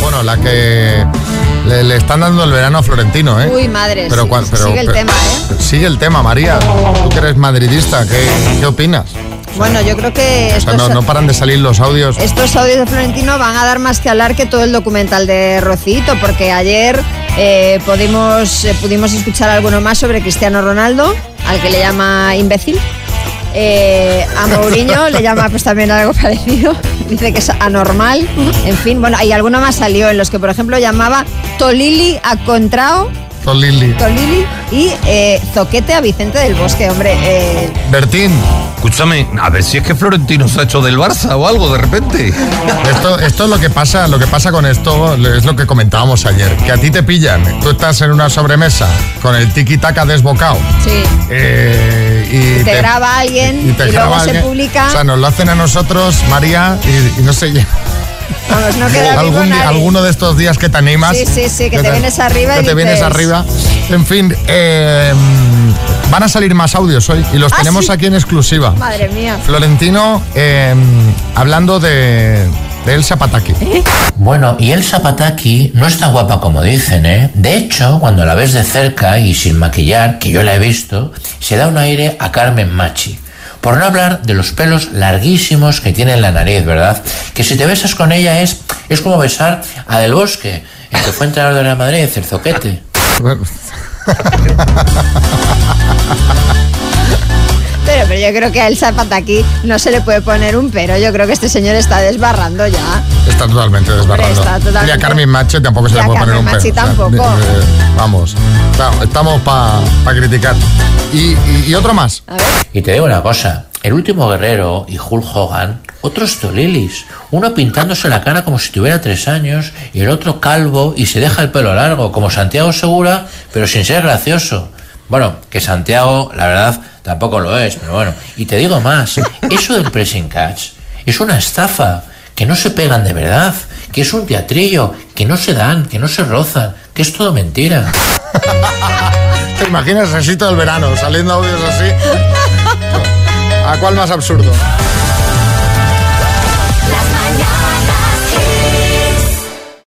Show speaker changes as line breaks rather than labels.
verano, la que le, le están dando el verano a Florentino, ¿eh?
Uy, madre.
Pero
sí,
cuan- pero-
sigue el
pero-
tema, ¿eh?
Sigue el tema, María. Tú que eres madridista, ¿qué, qué opinas?
Bueno, yo creo que
O sea,
estos,
no, no paran de salir los audios.
estos audios de Florentino van a dar más que hablar que todo el documental de Rocito, porque ayer eh, pudimos, eh, pudimos escuchar alguno más sobre Cristiano Ronaldo, al que le llama imbécil. Eh, a Mourinho le llama pues también algo parecido, dice que es anormal, en fin, bueno, y alguno más salió en los que por ejemplo llamaba Tolili a Contrao,
Son Lili.
Tolili y eh, Zoquete a Vicente del Bosque, hombre, eh,
Bertín,
Escúchame, a ver si es que Florentino se ha hecho del Barça o algo de repente.
esto, esto es lo que pasa, lo que pasa con esto es lo que comentábamos ayer, que a ti te pillan, tú estás en una sobremesa con el tiki taka desbocado.
sí.
eh, y
te graba alguien y luego se
alguien.
publica.
O sea, nos lo hacen a nosotros, María, y, y no sé,
Vamos, no queda vivo
algún, di-
nadie.
alguno de estos días que te animas.
Sí, sí, sí, que te vienes arriba
que
y
te vienes
dices-
arriba. En fin, eh, van a salir más audios hoy y los
Ah,
tenemos
sí.
aquí en exclusiva.
Madre mía.
Florentino eh, hablando de, de Elsa Pataki.
Eh.
Bueno, y Elsa Pataki no es tan guapa como dicen, ¿eh? De hecho, cuando la ves de cerca y sin maquillar, que yo la he visto, se da un aire a Carmen Machi. Por no hablar de los pelos larguísimos que tiene en la nariz, ¿verdad? Que si te besas con ella es, es como besar a Del Bosque, el que fue entrenador de la Madrid, el zoquete.
Pero, pero yo creo que a Elsa Pataki no se le puede poner un pero. Yo creo que este señor está desbarrando ya.
Está totalmente desbarrando.
está totalmente-
Y a Carmen Machi tampoco se
Y
le
a
puede poner un
Carmen
pelo. eh,
Machi tampoco.
vamos, Claro, estamos para criticar. Y, y- y otro más.
A ver.
Y te digo una cosa, el último guerrero y Hulk Hogan, otros tolilis, uno pintándose la cara como si tuviera tres años y el otro calvo y se deja el pelo largo, como Santiago Segura, pero sin ser gracioso. Bueno, que Santiago, la verdad, tampoco lo es, pero bueno. Y te digo más, eso del pressing catch es una estafa, que no se pegan de verdad, que es un teatrillo, que no se dan, que no se rozan, que es todo mentira.
¿Te imaginas así todo el verano, saliendo audios así? ¿A cuál más absurdo?
Las mañanas